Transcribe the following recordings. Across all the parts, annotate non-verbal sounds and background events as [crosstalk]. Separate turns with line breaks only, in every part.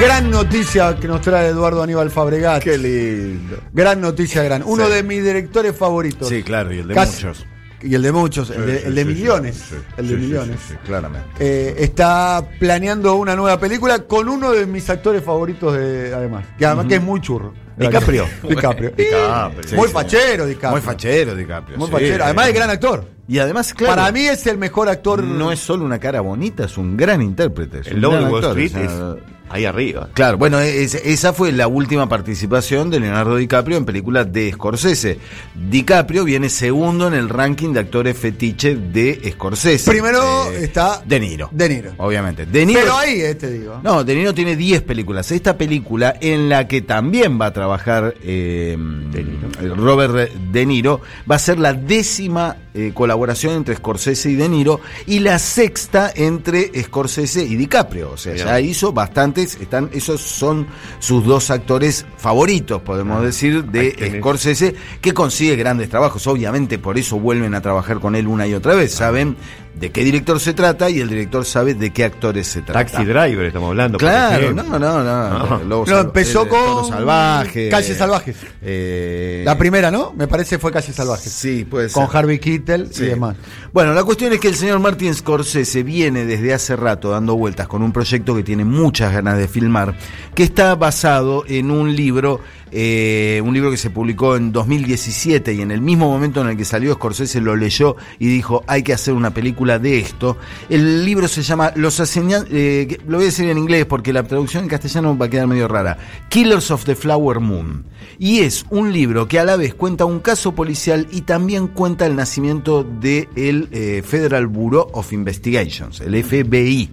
Gran noticia que nos trae Eduardo Aníbal Fabregat.
Qué lindo.
Gran noticia, gran. Uno
Sí.
de mis directores favoritos.
Sí, claro, y el de
Casi-
muchos.
Y el de muchos, el de,
Sí,
el de
sí, sí,
millones.
sí,
el de
sí, sí,
millones.
sí, sí, claramente.
Eh, está planeando una nueva película con uno de mis actores favoritos, de, además. Que además que es muy churro.
[laughs] DiCaprio.
[laughs] DiCaprio.
[laughs] DiCaprio, sí,
muy
sí.
fachero, DiCaprio.
Muy fachero, DiCaprio.
Muy
sí. eh.
fachero. Además es gran actor.
Y además, claro.
Para mí es el mejor actor.
No es solo una cara bonita, es un gran intérprete. es
El
un
lobo de
gran
Wall
actor,
Street
o sea,
es ahí arriba.
Claro, bueno, es- esa fue la última participación de Leonardo DiCaprio en películas de Scorsese. DiCaprio viene segundo en el ranking de actores fetiche de Scorsese. Eh,
Primero está
De Niro.
De Niro.
Obviamente. De Niro.
Pero ahí, eh, te digo.
No, De Niro tiene 10 películas. Esta película en la que también va a trabajar eh, Robert De Niro va a ser la décima eh, colaboración entre Scorsese y De Niro y la sexta entre Scorsese y DiCaprio. O sea,
Bien.
ya hizo bastantes. Están, esos son sus dos actores favoritos, podemos decir,
Ah, ahí
de
tenés.
Scorsese, que consigue grandes trabajos. Obviamente, por eso vuelven a trabajar con él una y otra vez.
Ah.
Saben de qué director se trata y el director sabe de qué actores se trata.
Taxi Driver estamos hablando. por
Claro,
ejemplo.
no, no, no.
No.
Lobo
No,
salva-
empezó
eh, Toro
con
Salvaje.
Calles Salvajes.
Eh,
La primera, ¿no? Me parece fue Calle Salvaje.
Sí, puede ser.
Con Harvey Keitel
Sí.
y demás.
Bueno, la cuestión es que el señor Martin Scorsese viene desde hace rato dando vueltas con un proyecto que tiene muchas ganas de filmar, que está basado en un libro, eh, un libro que se publicó en 2017 y en el mismo momento en el que salió Scorsese lo leyó y dijo, hay que hacer una película de esto. El libro se llama Los Aseña- eh, que- lo voy a decir en inglés porque la traducción en castellano va a quedar medio rara, Killers of the Flower Moon. Y es un libro que a la vez cuenta un caso policial y también cuenta el nacimiento del el eh, Federal Bureau of Investigations, el FBI.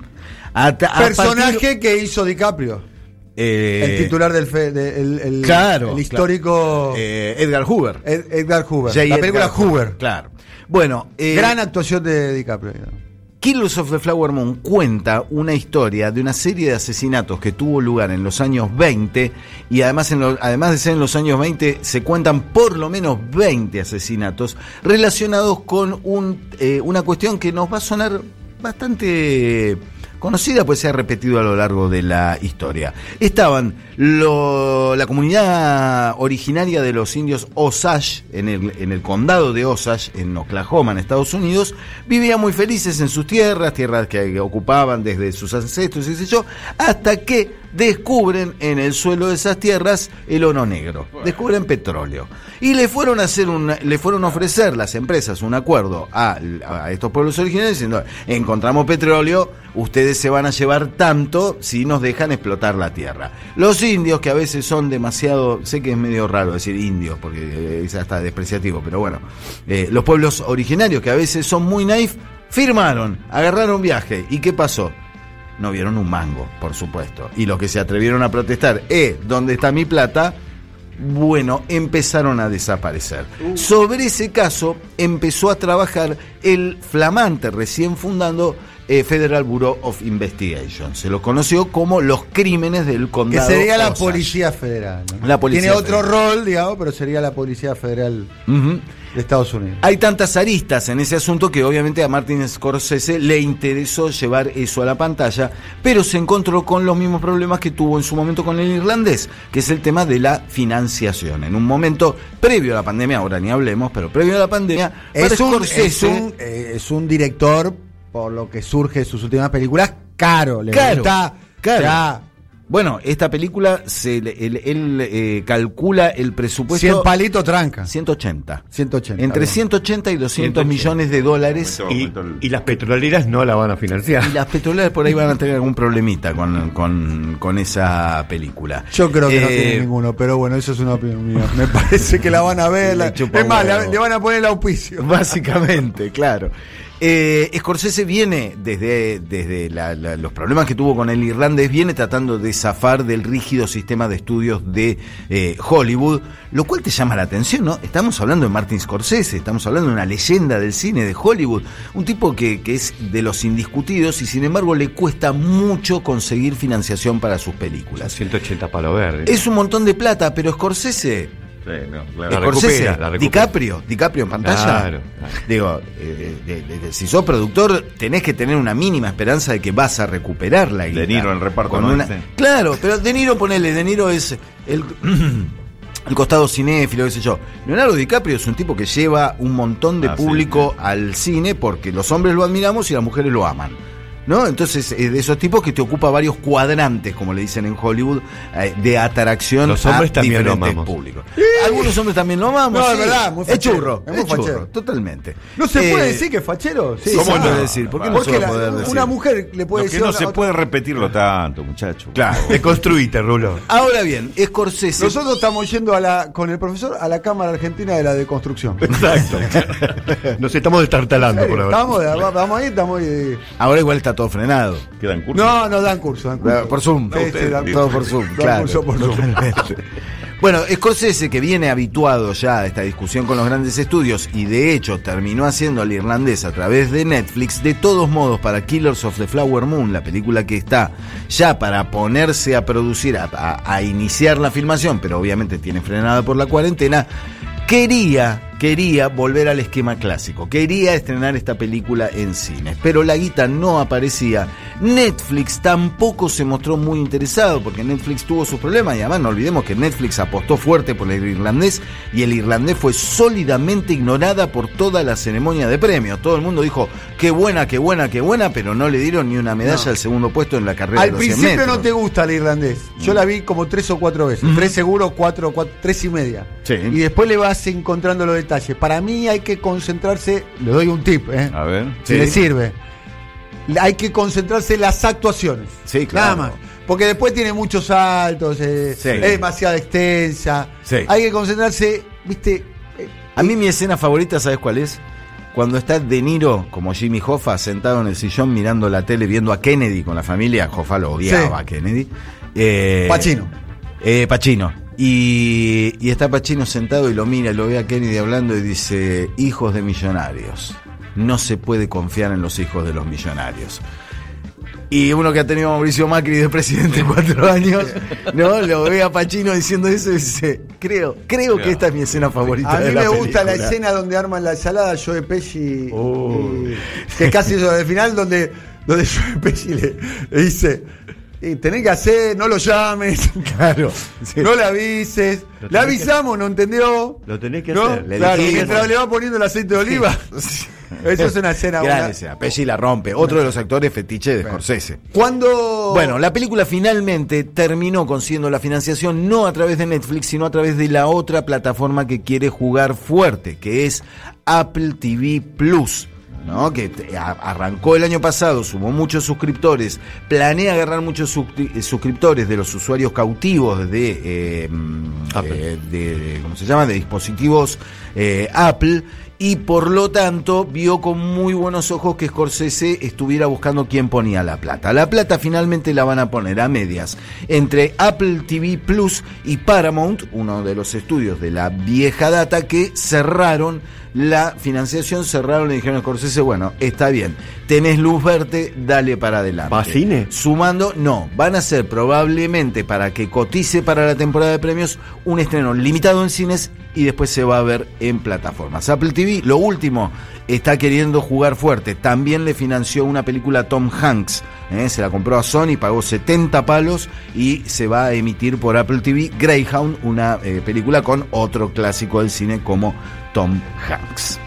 A ta- a
Personaje
partir-
que hizo DiCaprio.
eh,
el titular del fe- de- el, el-
claro,
el histórico
eh, Edgar Hoover.
Ed- Edgar Hoover.
J.
la película
Edgar
Hoover.
Claro. Bueno, eh,
Gran actuación de DiCaprio. digamos.
Killers of the Flower Moon cuenta una historia de una serie de asesinatos que tuvo lugar en los años 20 y además, en lo- además de ser en los años 20 se cuentan por lo menos 20 asesinatos relacionados con un, eh, una cuestión que nos va a sonar bastante conocida, pues se ha repetido a lo largo de la historia. Estaban lo- la comunidad originaria de los indios Osage, en el, en el condado de Osage, en Oklahoma, en Estados Unidos, vivían muy felices en sus tierras, tierras que ocupaban desde sus ancestros, y sé yo, hasta que descubren en el suelo de esas tierras el oro negro, descubren petróleo. Y le fueron a hacer una- le fueron a ofrecer las empresas un acuerdo a, a estos pueblos originarios diciendo, encontramos petróleo, ustedes se van a llevar tanto si nos dejan explotar la tierra. Los indios, que a veces son demasiado, sé que es medio raro decir indios, porque eh, es hasta despreciativo, pero bueno, eh, los pueblos originarios, que a veces son muy naif, firmaron, agarraron viaje. ¿Y qué pasó? No vieron un mango, por supuesto. Y los que se atrevieron a protestar, eh, ¿dónde está mi plata? Bueno, empezaron a desaparecer.
Uh.
Sobre ese caso empezó a trabajar el flamante recién fundando eh, Federal Bureau of Investigation. Se lo conoció como los crímenes del
Que
condado.
sería la
Osage.
Policía Federal. ¿no?
La Policía
Tiene otro
Federal.
rol, digamos, pero sería la Policía Federal
Ujú.
de Estados Unidos.
Hay tantas aristas en ese asunto que obviamente a Martin Scorsese le interesó llevar eso a la pantalla, pero se encontró con los mismos problemas que tuvo en su momento con el irlandés, que es el tema de la financiación. En un momento previo a la pandemia, ahora ni hablemos, pero previo a la pandemia,
Es
para
un,
Ah, Scorsese-
es, un, eh, es un director, por lo que surge de sus últimas películas, caro. Le
Caro,
gusta,
caro.
ya,
Bueno, esta película, se, le- él, él, eh, calcula el presupuesto...
100 palito tranca.
180.
180.
Entre
bien.
180 y 200 millones de dólares
Y, y las petroleras no la van a financiar.
Y las petroleras por ahí van a tener algún problemita con, con- con esa película.
Yo creo que no
Eh,
tiene
[laughs]
ninguno, pero bueno, eso es una opinión mía. Me parece que la van a ver. la-
Le chupa
es más,
huevo.
la- le van a poner el auspicio.
Básicamente, claro. Eh, Scorsese viene desde, desde la- la- los problemas que tuvo con el irlandés, viene tratando de zafar del rígido sistema de estudios de eh, Hollywood, lo cual te llama la atención, ¿no? Estamos hablando de Martin Scorsese, estamos hablando de una leyenda del cine de Hollywood, un tipo que, que es de los indiscutidos y sin embargo le cuesta mucho conseguir financiación para sus películas.
180 palos verdes.
Es un montón de plata, pero Scorsese
Sí, no, la- la
Scorsese,
recupera, la recupera.
DiCaprio, DiCaprio en pantalla.
Claro, claro.
Digo, eh, de- de- de- si sos productor, tenés que tener una mínima esperanza de que vas a recuperar la guita.
De Niro en el reparto,
Con
¿no?
una-
Sí.
Claro, pero De Niro, ponele, De Niro es el, [clears throat] el costado cinéfilo, qué sé yo. Leonardo DiCaprio es un tipo que lleva un montón de
Ah, sí,
público al cine porque los hombres lo admiramos y las mujeres lo aman. ¿No? Entonces, es de esos tipos que te ocupa varios cuadrantes, como le dicen en Hollywood, eh, de atracción
Los hombres
a
también lo
diferentes
amamos.
públicos. Algunos hombres también lo amamos.
No, es
sí.
verdad, muy
es
fachero,
churro,
es muy
es churro,
fachero.
totalmente.
¿No se
Eh,
puede decir que es fachero?
Sí, ¿Cómo
se
no?
puede
decir? ¿Por qué no
Porque
se va
la-
a poder decir?
una mujer le puede
Lo que
decir...
no
Pues otra-
se
otra-
puede repetirlo tanto, muchacho.
Claro.
Deconstruite, Rulo.
Ahora bien, Scorsese.
Nosotros estamos yendo a la, con el profesor a la Cámara Argentina de la Deconstrucción.
Exacto. Nos estamos destartalando por ahora.
Estamos, de- vamos ahí, estamos ahí.
Ahora igual está todo frenado.
Quedan cursos.
No, no dan curso, dan curso.
Por Zoom.
Sí, sí, dan
Todo por Zoom,
Dan
claro.
curso por Zoom.
Totalmente. Bueno, Scorsese, que viene habituado ya a esta discusión con los grandes estudios y de hecho terminó haciendo al irlandés a través de Netflix, de todos modos, para Killers of the Flower Moon, la película que está ya para ponerse a producir, a, a- a iniciar la filmación, pero obviamente tiene frenada por la cuarentena, quería, quería volver al esquema clásico, quería estrenar esta película en cines, pero la guita no aparecía. Netflix tampoco se mostró muy interesado porque Netflix tuvo sus problemas y además no olvidemos que Netflix apostó fuerte por el irlandés y el irlandés fue sólidamente ignorada por toda la ceremonia de premios. Todo el mundo dijo, qué buena, qué buena, qué buena, pero no le dieron ni una medalla al segundo puesto en la carrera. de
Al
los 100
principio no
metros.
te gusta el irlandés. Yo la vi como tres o cuatro veces. Tres seguro, cuatro, cuatro- tres y media.
Sí.
Y después le vas encontrando los detalles. Para mí hay que concentrarse. Le doy un tip, ¿eh?
A ver.
si le sirve. Hay que concentrarse en las actuaciones.
Sí, claro.
Nada más. Porque después tiene muchos saltos, eh,
Sí.
es demasiado extensa.
Sí.
Hay que concentrarse, viste. eh,
A mí mi escena favorita, ¿sabes cuál es? Cuando está De Niro, como Jimmy Hoffa, sentado en el sillón mirando la tele, viendo a Kennedy con la familia, Hoffa lo odiaba
Sí.
a Kennedy. Eh,
Pacino.
Eh, Pacino. Y, y está Pacino sentado y lo mira, y lo ve a Kennedy hablando y dice, hijos de millonarios. No se puede confiar en los hijos de los millonarios. Y uno que ha tenido a Mauricio Macri de
[laughs]
presidente cuatro años, ¿no? Lo ve a Pacino diciendo eso y dice, creo, creo que esta es mi escena [laughs] favorita.
A mí
de la
me gusta la
película".
escena donde arman la ensalada Joe Pesci. y- que casi eso, al final, donde, donde [laughs] Joe Pesci le, le dice: "Eh, Tenés que hacer, no lo llames,
[laughs] Claro. sí.
no le avises.
Lo
Le
tenés
avisamos, no entendió.
Lo tenés que
¿No?
hacer.
Le
Claro,
dijimos.
mientras le va poniendo el aceite de oliva. [laughs] Eso es una escena.
Gran
una-
escena. Pesci la rompe. Otro de los actores fetiche de Scorsese.
Cuando.
Bueno, la película finalmente terminó consiguiendo la financiación no a través de Netflix, sino a través de la otra plataforma que quiere jugar fuerte, que es Apple TV Plus. ¿no? que te- a- arrancó el año pasado, sumó muchos suscriptores, planea agarrar muchos suscri- eh, suscriptores de los usuarios cautivos de, eh, mm,
Apple.
eh, de- de- ¿cómo se llama? de dispositivos eh, Apple y por lo tanto vio con muy buenos ojos que Scorsese estuviera buscando quién ponía la plata. La plata finalmente la van a poner a medias entre Apple TV Plus y Paramount, uno de los estudios de la vieja data que cerraron la financiación, cerraron y dijeron a Scorsese, bueno, está bien, tenés luz verde, dale para adelante.
¿Va a cine?
Sumando, no, van a ser probablemente para que cotice para la temporada de premios un estreno limitado en cines y después se va a ver en plataformas. Apple TV, lo último, está queriendo jugar fuerte. También le financió una película a Tom Hanks. ¿eh? Se la compró a Sony, pagó 70 palos y se va a emitir por Apple TV Greyhound, una eh, película con otro clásico del cine como Tom Hanks.